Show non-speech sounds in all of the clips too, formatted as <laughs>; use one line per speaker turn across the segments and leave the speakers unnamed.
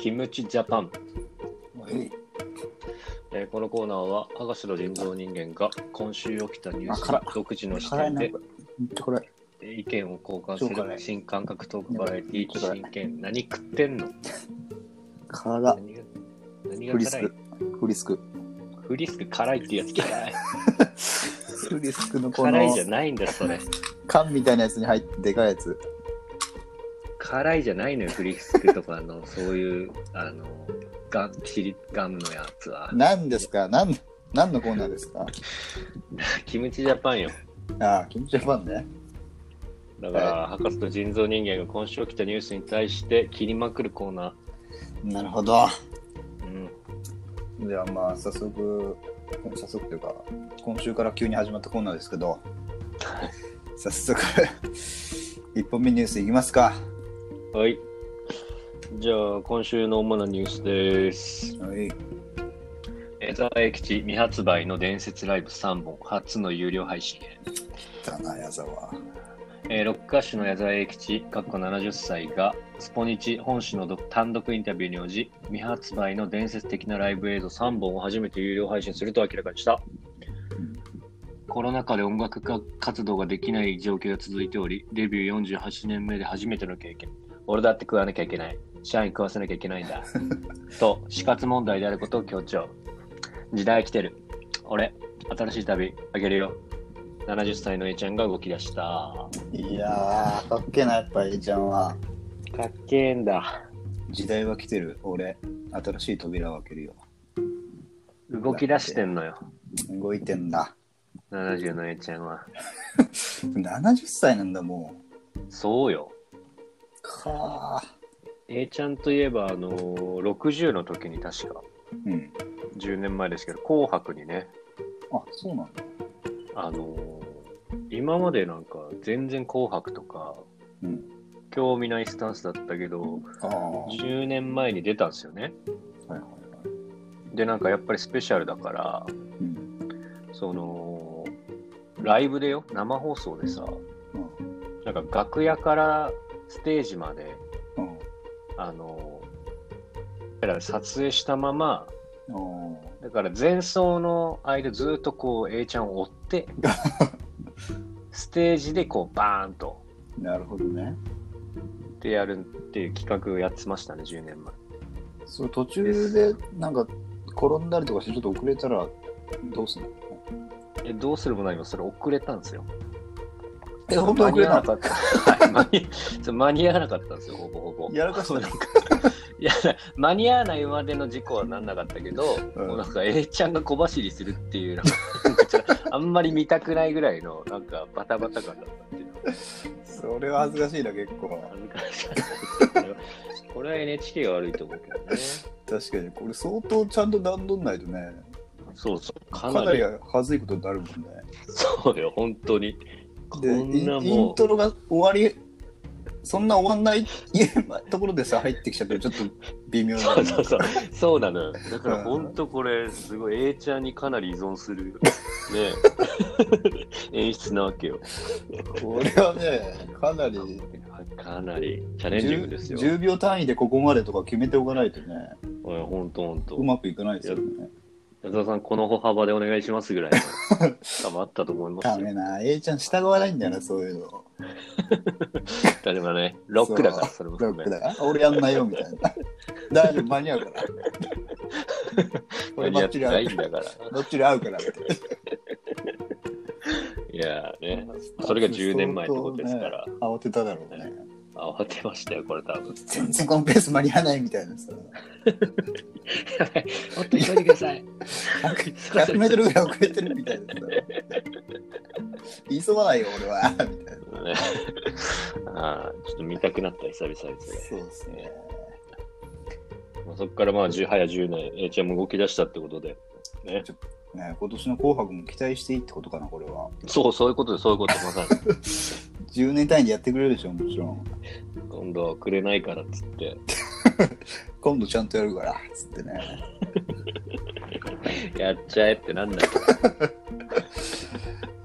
キムチジャパン、
えい
えーこのコーナーは博士の人造人間が今週起きたニュース
あ辛い
に独自の視
辛い
点
な
で
これこれ
えー意見を交換す
超辛
る
い
新感覚トークバラエティ
やばい
真剣何食ってんの
辛っ
何が何
フ
が
リス
辛い
クフリスク
フリスク辛いってやつ嫌い
フリスクのこ
辛い
の
じゃないんだよそれ
缶みたいなやつに入ってでかいやつ
辛いじゃないのよフリスクとかのそういうあのガムチリガムのやつは
何ですか何何のコーナーですか
キムチジャパンよ
ああキムチジャパンね
だから、博士と人造人間が今週起きたニュースに対して切りまくるコーナ
なるほど
ーうん
ではまあ早速早速というか今週から急に始まったコーナーですけ <laughs> ど早速一本目ニュースいきますか
はいじゃあ今週の主なニュースです
はい
江沢永吉未発売の伝説ライブ3本初の有料配信へ
だな矢沢
えーロック歌手の矢沢永吉、かっこ70歳が、スポニチ本誌の独単独インタビューに応じ、未発売の伝説的なライブ映像3本を初めて有料配信すると明らかにした。コロナ禍で音楽家活動ができない状況が続いており、デビュー48年目で初めての経験。俺だって食わなきゃいけない。社員食わせなきゃいけないんだ。と、死活問題であることを強調。時代来てる。俺、新しい旅、あげるよ。70歳の A ちゃんが動き出した。
いやーかっけえなやっぱりちゃんは
かっけえんだ。
時代は来てる俺新しい扉を開けるよ
動き出してんのよ、
動いてんだ
70のえちゃんは。
70歳なんだも
そうよ。
うかあ
えちゃんといえば、あのー、60の時に確か、
うん
10年前ですけど、紅白にね、
あそうなんだ
あのー今までなんか全然紅白とか、
うん
興味ないスタンスだったけど、
ああはい
10年前に出たんですよね。
はいはい
で、なんかやっぱりスペシャルだから、
うん
その、ライブでよ、生放送でさ、
うん
なんか楽屋からステージまで、
うん
あの、だから撮影したまま、
ああ
だから前奏の間ずっとこう A ちゃんを追
<laughs>
って、ステージでこうバーンと
なるほどね
ってやるっていう企画をやってましたね、10年前。
そう途中でなんか転んだりとかしてちょっと遅れたらどうすんの
え、どうするも何もそれ遅れたんですよ。
え本当に遅れ
間に合わなか
た
った。はい間にそう間に合わなかったんですよ、ほぼほぼ。
やらかしたね
いや間に合わないまでの事故はなんなかったけど、
うん
もうなんか A ちゃんが小走りするっていうなんか <laughs> なんかちょっとあんまり見たくないぐらいのなんかバタバタ感だったっていうのが
<laughs> それは恥ずかしいな結構
恥ずかしかったですけどこれは NHK が悪いと思うけどね
確かにこれ相当ちゃんと段取んないとね
そうそうか
か
な
な
り
り恥ずいことになるもんね
そうよ本当にこ
で
んな
インイン
もう
トロが終わりそんな終わんないところでさ入ってきちゃってちょっと微妙だ
そ
よ
う
ね
そうそうそうなのよだから本当これすごい A ちゃんにかなり依存する
<laughs>
ね演出なわけよ
これはねかなり
かなりチャレンジングですよ
10, 10秒単位でここまでとか決めておかないとね
おいほんとほんと
うまくいかないですよね
矢沢さん、この歩幅でお願いしますぐらい
<laughs>
の、多分あったと思いま
ダ
すよ。
メな A ちゃん従わないんだよなそういうの
例えばね、ロックだから、それも
ロ
含
ック
め。
だから俺やんないよみたいな大丈夫間に合うから
こ
俺
れ
ば
や
っ
っ
ち
て
り
な
合う
いんだから。
どっちで合う <laughs> からみたいない
やーね、それが10年前ってことですから、
相当ね、慌てただろうね
慌てましたよ、これ多分。
全然このペース間に合わないみたいなさ
もっと急いでくだ <laughs> さい。
100メートルぐらい遅れてるみたいなさ急がないよ俺はみたいな
あーちょっと見たくなった、久々にそれ。
そうですね
まあそこからまあ、10早10年、A ちゃんも動き出したってことで。ね、
ね今年の「紅白」も期待していいってことかなこれは
そう、そういうことで、そういうこと、まさに。
10年単位でやってくれるでしょもちろん
<laughs> 今度はくれないからっつって。
今度ちゃんとやるからつってね
やっちゃえってなんだよ。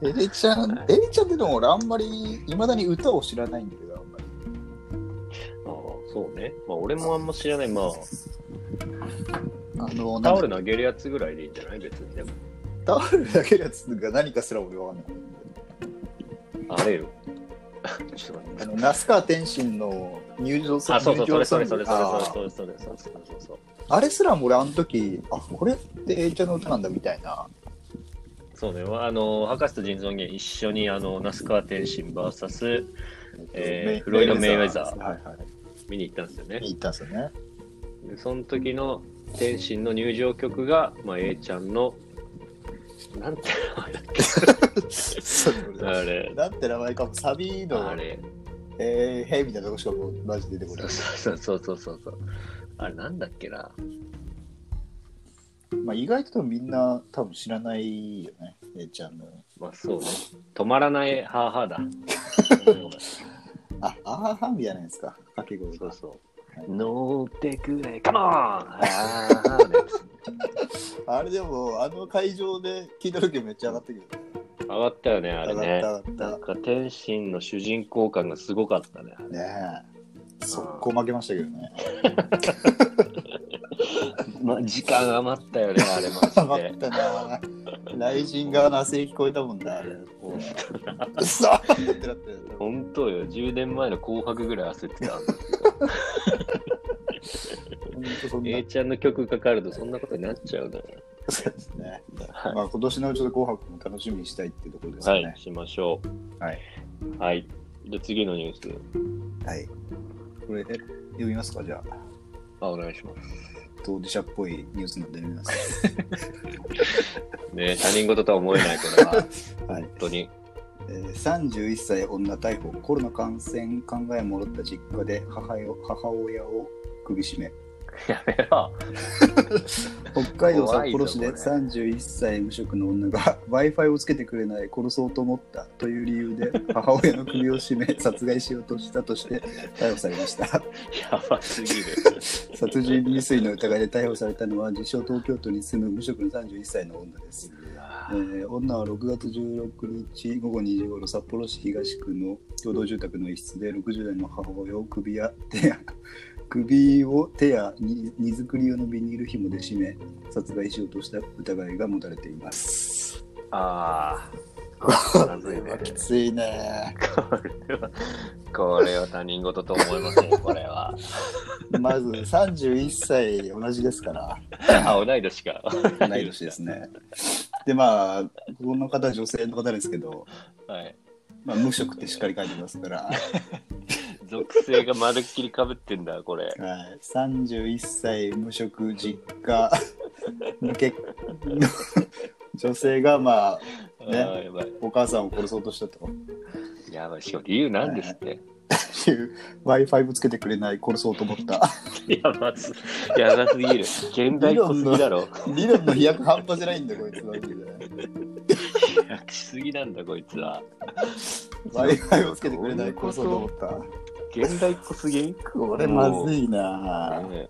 エレちゃんエレちゃんってでも俺あんまりいまだに歌を知らないんだけどあんまり
あーそうね。まあ、俺もあんま知らない。まあ、
あの
タオル投げるやつぐらいでいいんじゃない別に。でも、
タオルだけのやつが何かすら俺わかんない。
あれよ。 <laughs> ちょっと待って
あの、那須川天心の入場
あ、そうそう、それそれそれ
入場
それ
ソン
それそ
グ
れそれそれそれそう。
あーあれすらも俺あの時、あ、これってエイちゃんの歌なんだみたいな。
そうね、あの、博士と人造人間一緒に、あの、那須川天心 VS えー
メイ
フロイドメイウェザー
はいはい。
見に行ったんですよね。
行った
<laughs>
んですよね。
でその時の天心の入場曲が、まあ、A ちゃんの、なんて名前だっ
そう
けあれ、
なんて名前かも、サビの
あ、れ、
えー、へいみたいなとこしかもうマジで出てこ
そ
な
うそうそうそうそうそう。あれ、なんだっけな。
い。まあ、意外とみんな多分知らないよね、エイちゃんの。
まあ、そうね。止まらない母だ。
あ、あははみじゃないですか、掛け声
そ
が
う。そう。乗ってくれ、カモンあーのやつ
あれでも、あの会場で聞いた時めっちゃ上がったけど、
上がったよね、あれ
上が
ね
った。上が
な
っ
んか天心の主人公感がすごかったね。
た。ねえ。速攻負けましたけどね。
ま、時間余ったよね、あれ
上
マジ
が
で
っ。たな。雷神側の汗聞こえたもんだ、あれ。
本
うそってなって。
本当よ、10年前の紅白ぐらい焦ってた。
本当そんな
A ちゃんの曲かかるとそんなことになっちゃうのよ。
そうですね。
はい
まあ今年のうちの紅白も楽しみにしたいっていうところですか
はい
ね、。
しましょ
はい。
う。はい。じゃあ次のニュース、
はい。これ、え読みますかじゃあ。
あ、お願いします。
当事者っぽいニュースなんで読みます。
ね他人事とは思えない、これは。
はい
本当に。
えー31歳女逮捕、コロナ感染考え戻った実家で母よ母親を首絞め。
<laughs> やめろ。
北海道
怖い
札
ぞ
幌市で
これ
31歳無職の女が Wi-Fi をつけてくれない殺そうと思ったという理由で母親の首を絞め殺害しようとしたとして逮捕されました。
やばすぎる。
殺人未遂の疑いで逮捕されたのは自称東京都に住む無職の31歳の女です、えー女は6月16日午後2時頃札幌市東区の共同住宅の一室で60代の母親を首や手や <laughs> 首を手やに荷造り用のビニール紐で絞め殺害しようとした疑いが持たれています
ああ。まずいね。
きついね
これは、これは他人事と思いません、これは。
まず31歳同じですから
<laughs> あ、同い年か。
同い年ですねでまあこの方は女性の方ですけど
はい。
まあ、無職ってしっかり書いてますから、は
属性がまるっきりかぶってんだ、これ。
い、31歳無職実家のけ女性がまあ
あ
ね
ーやばい。
お母さんを殺そうとしたと
やばい。しかも理由なんですって。
いう w i f i をつけてくれない殺そうと思った
<laughs> やばす、 <laughs> やばすぎる。現代っぽすぎだろ。
理論の飛躍半端じゃないんだこいつマジで
略しすぎなんだ、こいつは。
w i f i をつけてくれない殺そうと思った
現代っぽすぎんこ
これまずいなぁ
ね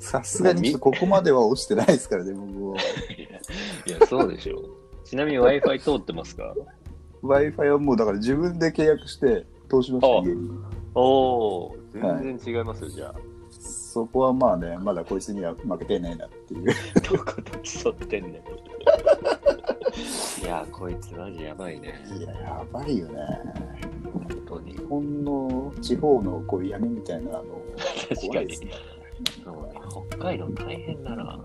さすがにちょっとここまでは落ちてないですからね僕も
いや、そうでしょ。ちなみに Wi-Fi 通ってますか
w i f i はもうだから自分で契約して通しました
あ
家に
おお全然違いますよ、じゃあ。
そこはまあね、まだこいつには負けてないなっていう。
どこで競ってんねん。いや、こいつマジやばいね。
いや、やばいよね。
本当に
日。本の地方のこういう闇みたいな、あの、
<laughs> 確
怖
か
いで
に
す。ね。
そうね北海道大変だな。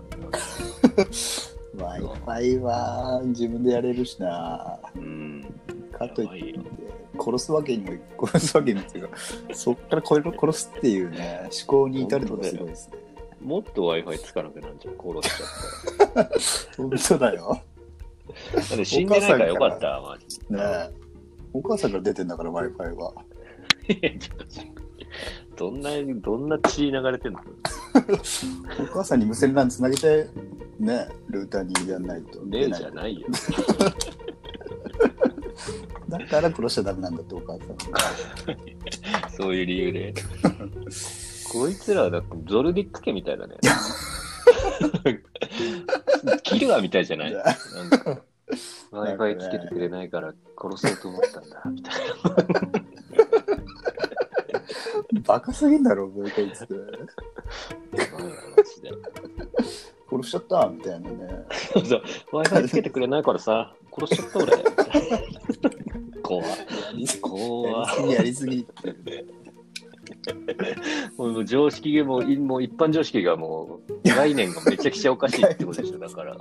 Wi-Fi は自分でやれるしな。
うん。
かといっ
いよ。
て、殺すわけにもい、 <laughs> 殺すわけにもっていうか、そっからこれを殺すっていうね、思考に至るのがすごいですね。
もっと Wi-Fi つかなくなっちゃう、殺 <laughs> しちゃっ
本当だよ。
たら。だって死んでないからよかった、マジ
ねえお母さんから出てんだから Wi-Fi は。
で。いやちょっとちょっとどんな、どんな血流れてんの
お母さんに無線 LAN つなげて、ね、ルーターにやんないと。
例じゃないよ。
だから殺しちゃダメなんだってお母さんが。
そういう理由で。こいつらはだってゾルディック家みたいだ <laughs> ね。キルアみたいじゃないなんか Wi-Fi つけてくれないから殺そうと思ったんだ、みたいな。
バカすぎんだろ、もうこいつ。
やばいなマジで。
殺しちゃったみたいなね。
そうそう、Wi-Fi つけてくれないからさ、殺しちゃった俺。怖い。怖い。
やりすぎ、やりすぎっていうね。
もう常識がもう、いもう一般常識がもう、概念がめちゃくちゃおかしいってことでしょ、だ <laughs> から。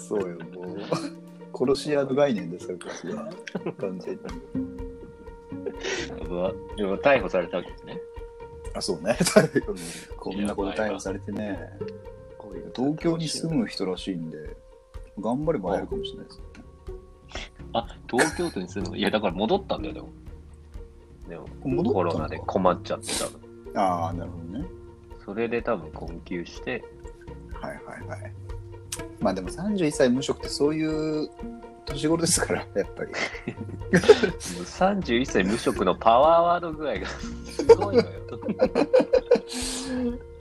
そうよ、もう。殺し屋の概念ですから、こっちは。完全に。
やばでも逮捕されたわけですね。
あ、そうね。逮捕こんなこと逮捕されてね。東京に住む人らしいんで、頑張れば会えるかもしれないです。
あ、東京都に住むのいや、だから戻ったんだよ、でも。でも、
戻った
コロ
のか
ナで困っちゃってたの。
ああ、なるほどね。
それで多分困窮して、
はいはいはい。まあでも31歳無職ってそういう年頃ですから、 <laughs> やっぱり。
もう31歳無職のパワーワード具合がすごいのよ。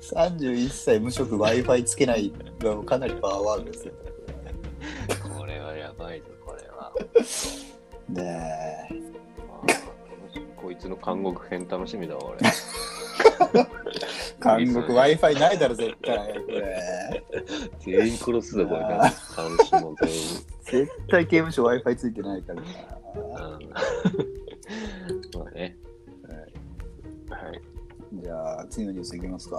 31歳無職 Wi-Fi つけないのかなりパワーワードですよ。
これはやばいぞ、これは。
ねえ。
こいつの監獄編楽しみだわ、俺。
韓国 Wi-Fi ないだろ、絶対。これ。
全員殺すぞ、これ。
あ
監視も全員。
絶対刑務所 Wi-Fi ついてないからな。
<laughs> うんまあね。はい。
じゃあ、次のニュースいきますか。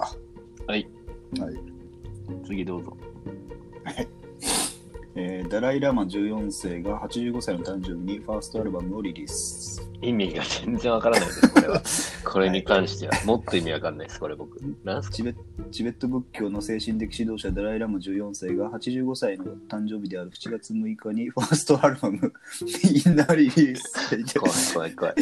はい。
はい。
次どうぞ。
えーダライ・ラマ14世が85歳の誕生日にファーストアルバムをリリース。
意味が全然わからないです、これは。これに関しては。もっと意味わかんないです、これ僕。なんすか
チベチベット仏教の精神的指導者ダライ・ラマ14世が85歳の誕生日である7月6日にファーストアルバム「インナーリリース」
怖い怖い怖い。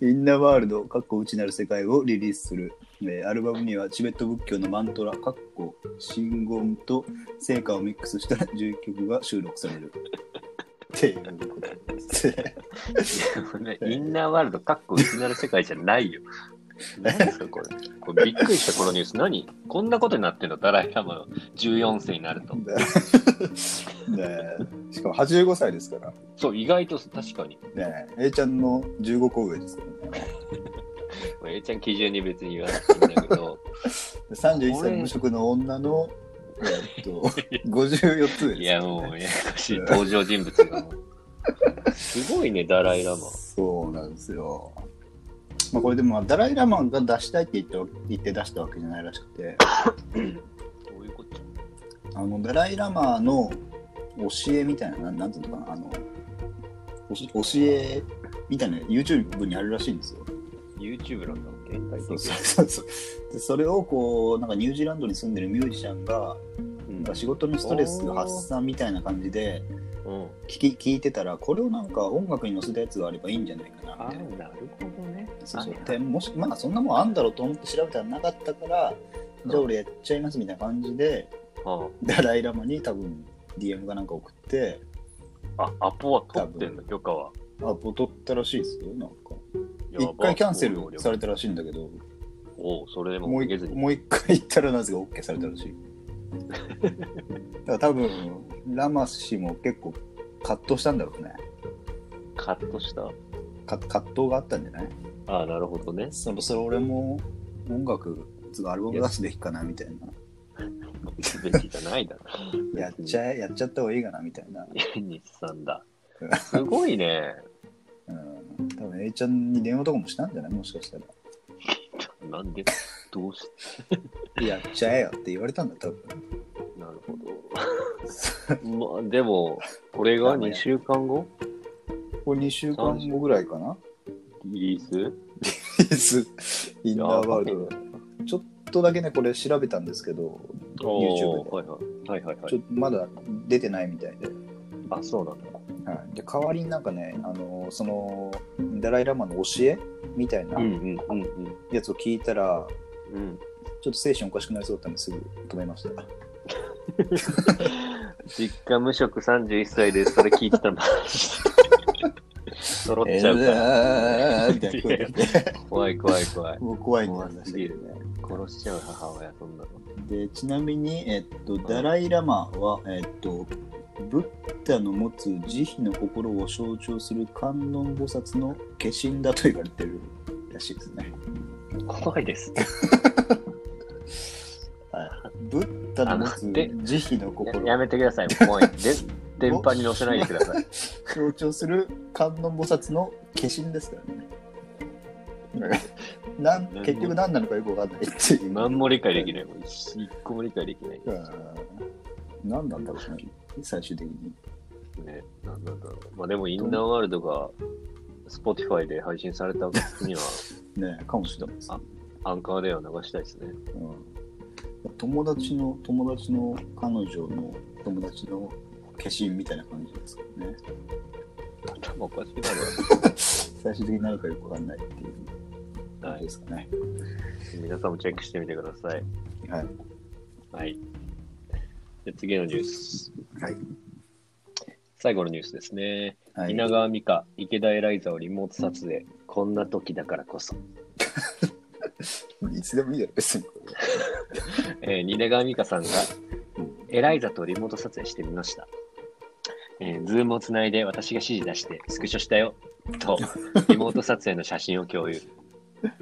インナーワールド」「かっこ内なる世界」をリリースする、えーアルバムにはチベット仏教のマントラ「かっこ真言」と聖歌をミックスした11曲が収録される。っていうことです。
インナーワールド、かっこ失なる世界じゃないよ。何ですか、これ。これびっくりした、このニュース。何こんなことになってんのダライラマ14世になると。
ねねえしかも85歳ですから。
そう、意外と確かに。
ねえ、A ちゃんの15個上ですからね。
A ちゃん基準に別に言わなくていいんだけど。
で31歳の無職の女の、えっと、54
<laughs>
つ上です、
いや、もう、ややこしい登場人物がもう。すごいね、ダライラマ。
そうなんですよ。まあ、これでも、まあダライ・ラマンが出したいって言ったわ言って出したわけじゃないらしくて、
どういうこと
あの、ダライ・ラマの教えみたいな、なんなんていうのかな、あの、おし教えみたいな YouTube にあるらしいんですよ。
?YouTube なんだっけ
そうそうそうでそれをこうなんかニュージーランドに住んでるミュージシャンが
うん
なんか仕事のストレス発散みたいな感じで
うん。
聞き聞いてたらこれをなんか音楽に載せたやつがあればいいんじゃないかな
あ
み
あ、
たいな
なるほどね。
そうそう
はい
でもしまだそんなもんあんだろうと思って調べたらなかったからじゃあ俺やっちゃいますみたいな感じで <laughs>
あ
ダライ・ラマに多分 DM かなんか送って
あ、アポは取ってんだ、許可は。
アポ取ったらしいですよなんか
やば
一回キャンセルされたらしいんだけど
おうそれで
も
も
う
逃げ
一
ずに。
もう一回行ったらなぜか OK されたらしい。だから多分、ラマ氏も結構葛藤したんだろうね。
カットした。
か葛藤があったんじゃない
ああ、なるほどね。
そろそろ俺も音楽、つうかアルバム出すべきかなみたいな。
べきじゃないだ <laughs> ろ。
やっちゃえ、やっちゃった方がいいかなみたいな。
日産だ。すごいね。
うん。多分 A ちゃんに電話とかもしたんじゃないもしかしたら。
なんで、どうして、
やっちゃえよって言われたんだ、多分。
なるほど。
<laughs>
まあ、でも、これが2週間後
これ2週間後ぐらいかな
リリース
<laughs> インナーワールド。ちょっとだけね、これ調べたんですけど、
お
YouTube で
ーはいはい。はいはいは
ちょ
い。
っとまだ出てないみたいで,、
あ、そうなんだ。
はい、で代わりになんかねあのそのダライ・ラマの教えみたいな
うんうんうん
やつを聞いたら、
うん。うん
ちょっと精神おかしくなりそうだったんですぐ止めました
実家無職31歳でそれ聞いて
<laughs>
たらマジで <laughs> 揃っちゃうから、
えーみたいな声がして
怖い怖い怖い
<laughs> もう怖いってなりましたけどね
殺しちゃう母親そんなの
でちなみに、えっと、ダライ・ラマは、えっと、ブッダの持つ慈悲の心を象徴する観音菩薩の化身だと言われてるらしいですね
怖いです。
ブッダの持つ
あで
慈悲の
や
心
や
を
めてください、もう。で <laughs> 電波に乗せないでください。
強調する観音菩薩の化身ですからね。 <laughs> なん結局何なのかよくわかんないっていう。
何も理解できない。もう一個も理解できない。
うん何なんだろうね、最終的に。
ね、なんなんだろう。まあでも、インナーワールドが Spotify で配信された時 <laughs> には、
ねえかもしれないです、
あアンカーでは流したいですね。
うん友達の友達の彼女の友達の化身みたいな感じですからね。
頭おかしく
最終的に何かよくわかんないっていう
なる
感
わ。は
じ
い
で。すかね。
皆さんもチェックしてみてください。
はい。
はい。で次のニュース。
はい。
最後のニュースですね。
はい、
稲川美香、池田エライザをリモート撮影。こんな時だからこそ。
いつでもいいよ、別に。
<laughs> えー、蜷川美香さんが、エライザとリモート撮影してみました。えー、ズームをつないで私が指示出して、スクショしたよ、と、リモート撮影の写真を共有。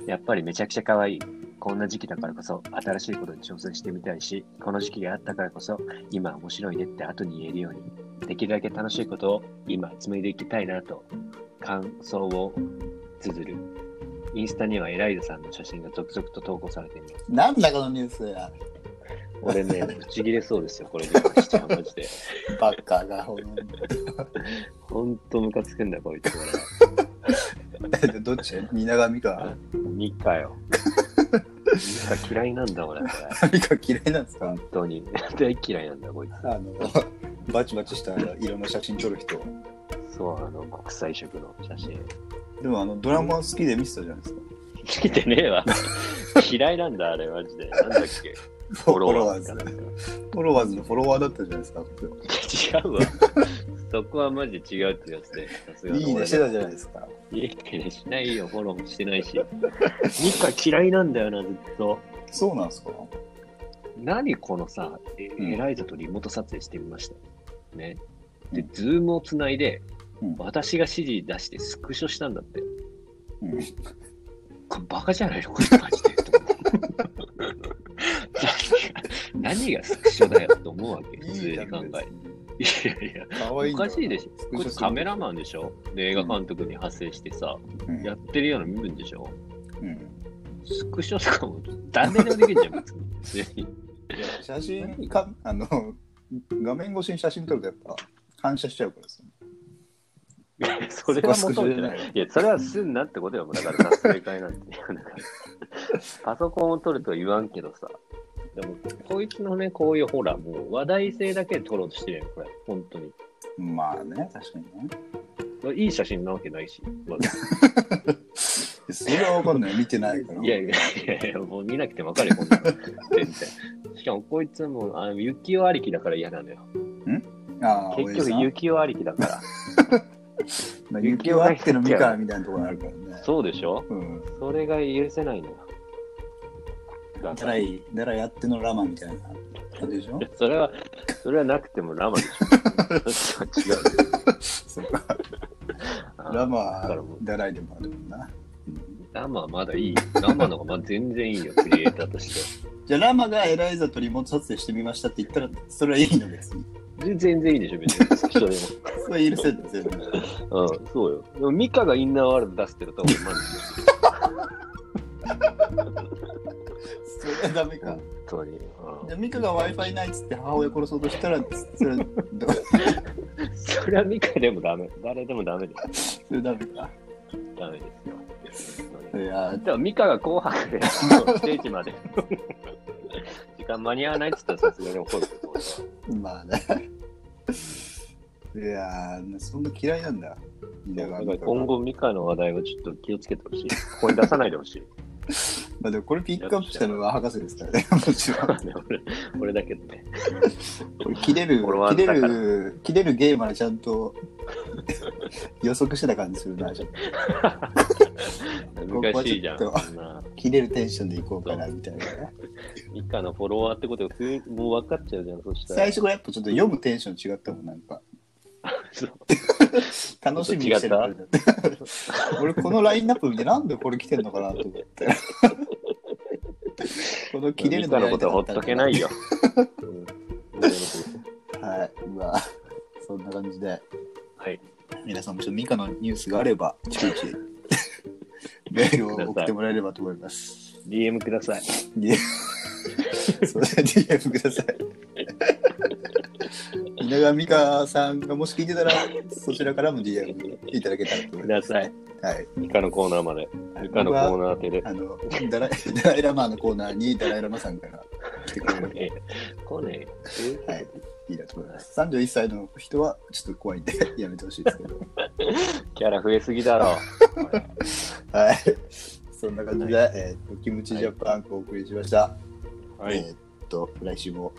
やっぱりめちゃくちゃ可愛い。こんな時期だからこそ、新しいことに挑戦してみたいし、この時期があったからこそ、今面白いねって後に言えるように、できるだけ楽しいことを今紡いでいきたいなと、感想を綴る。インスタにはエライザさんの写真が続々と投稿されています。
なんだこのニュースや。
俺ね、ぶち切れそうですよ、これで。マジで。
バカがほんま <laughs> に。
ほんとムカつくんだよ、こいつ。
どっち蜷川美香
ミカよ。ミカ嫌いなんだ、俺。これ
美香嫌いなんですか
本当に。 <laughs> 大嫌いなんだ、こい
あの、バチバチした色の写真撮る人。
つ。そう、あの、国際色の写真。
でもあの、ドラマ好きで見てたじゃないですか。
見てねえわ。嫌いなんだ、あれ、マジで。なんだっけ。
フォロワー
フ
ズ
ォロ。ー
フォロワーズのフォロワーだったじゃないですか。
ズかなんか。違うわ。そこはマジで違うってやつで、さすがに
いい
俺
ねしてたじゃないですか。
いいねしないよ、フォローもしてないし。ミカ嫌いなんだよな、ずっと。
そうなんですか
何このさ、え
うん
エライザとリモート撮影してみました。ね。
う
で
ん、
ズームをつないで、
うん
私が指示出してスクショしたんだって。
うん。
これバカじゃないのこれマジで。と思って何が何がスクショだよと思うわ
<laughs>
け、普通に考え。いやいや、
かわい
お
い。
かしいでしょ。これカメラ
ン。
マンでしょで、映画監督に派生してさ、
うん
やってるような身分でしょ
うん
スクショとかも誰でもできるじゃん、別に。普通
<laughs>
に
写真か、あの、画面越しに写真撮るとやっぱ反射しちゃうからですね。
いやそれは求めてない。いや、それはすんなってことよ。もうだから、さすが会なんて。いやだからパソコンを取るとは言わんけどさ。でも、こいつのね、こういうほら、もう話題性だけで撮ろうとしてるよ、これ。本当に。
まあね、確かにね。
いい写真なわけないし。ま <laughs> あ
それはわかんない。見てないから。
いやいやいやいや、もう見なくてもわかるよ、こんなの。全然。しかも、こいつもう、あの、雪をありきだから嫌なのよ。
ああ、
結局、雪をありきだから。
まあ雪をあってのミカみたいなところあるからね。
そうでしょ
うん。
それが許せないのよ。だ
ダライ、ダライあってのラマみ
<laughs>
たいな感じでしょ
いやそれは、それはなくてもラマでしょ。違う。
そうか。
あ
ラマ
だか
は
らもう
ダライでもあるもんな。
ラマはまだいい。ラマの方がまあ全然いいよ、クリエイターとして。
じゃあラマがエライザとリモート撮影してみましたって言ったら、それはいいの別に。
で全然いいでしょ、別に。それ
それは許せる全然。
も。うん、そうよ。でも、ミカがインナーワールド出すってことは、俺、マジで
それ <laughs> はダメか。
本当に。
じゃあミカが Wi-Fi ないっつって母親殺そうとしたら、それ、
う
ど
ん、それはミカでもダメ。誰でもダメです。
それダメか。
ダメですよ。本
い
当に
や、
でも、ミカが紅白で、ステージまで。時間間に合わないって言ったら、さすがに怒るけど。俺は
まあね。いやー、そんな嫌いなんだ。稲
だか
川
ら
美香
今後、ミカの話題はちょっと気をつけてほし
<laughs>
い。ここに出さないでほしい。 <laughs>
まあでもこれピックアップしたのは博士ですからね。 <laughs> もちろん。
俺俺だけどね。
これ切れる
フォロワ、ー
切
ズ
れ
だから
る、切れるゲームはちゃんと <laughs> 予測してた感じす
<laughs>
るな。ちょっと
難しいじゃん。
ここは
そんな
切れるテンションでいこうかな、みたいなね。
ミカのフォロワーってことがふもう分かっちゃうじゃん、そしたら。
最初からやっぱちょっと読むテンション違ったもん、なんか。
<laughs> そう
楽しみにしてる
違
俺このラインナップ見てなんでこれ来てんのかなと思って
<laughs>
この切れる
ミカの
や
こ
り
と
た
は
か
ほ
っ
ったとけないよ。
はいまあそんな感じで
はい。
皆さんもちょっとミカのニュースがあれば
<laughs>
逐一メールを送ってもらえればと思います
DM ください。
DM そう DM ください稲川美香さんがもし聞いてたらそちらからも DM いただけたらと思
く
いま
だ
す
さい。
はい
ミカのコーナーまで。ミカの
僕
コ
は
ーナー宛てで。
あのダライ <laughs> ダライラマーのコーナーにダライラマさんから来てくれる
ええ来ねえよ
はい、いいなと思います。31歳の人はちょっと怖いんで <laughs> やめてほしいですけど。
キャラ増えすぎだろ。
はい、そんな感じで、えーとキムチジャパンお送りしました。
は
え。ーっと、来週も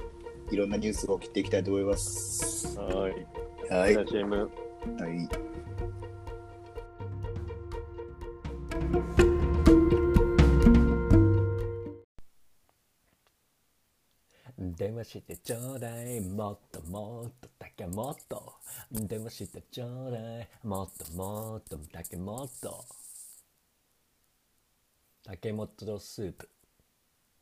いろんなニュースを切っていきたいと思います。
はい。
はい、は
じゃあ CM。
い。
電話してちょうだいもっともっとだけもっと電話してちょうだいもっともっとだけもっと竹本スープ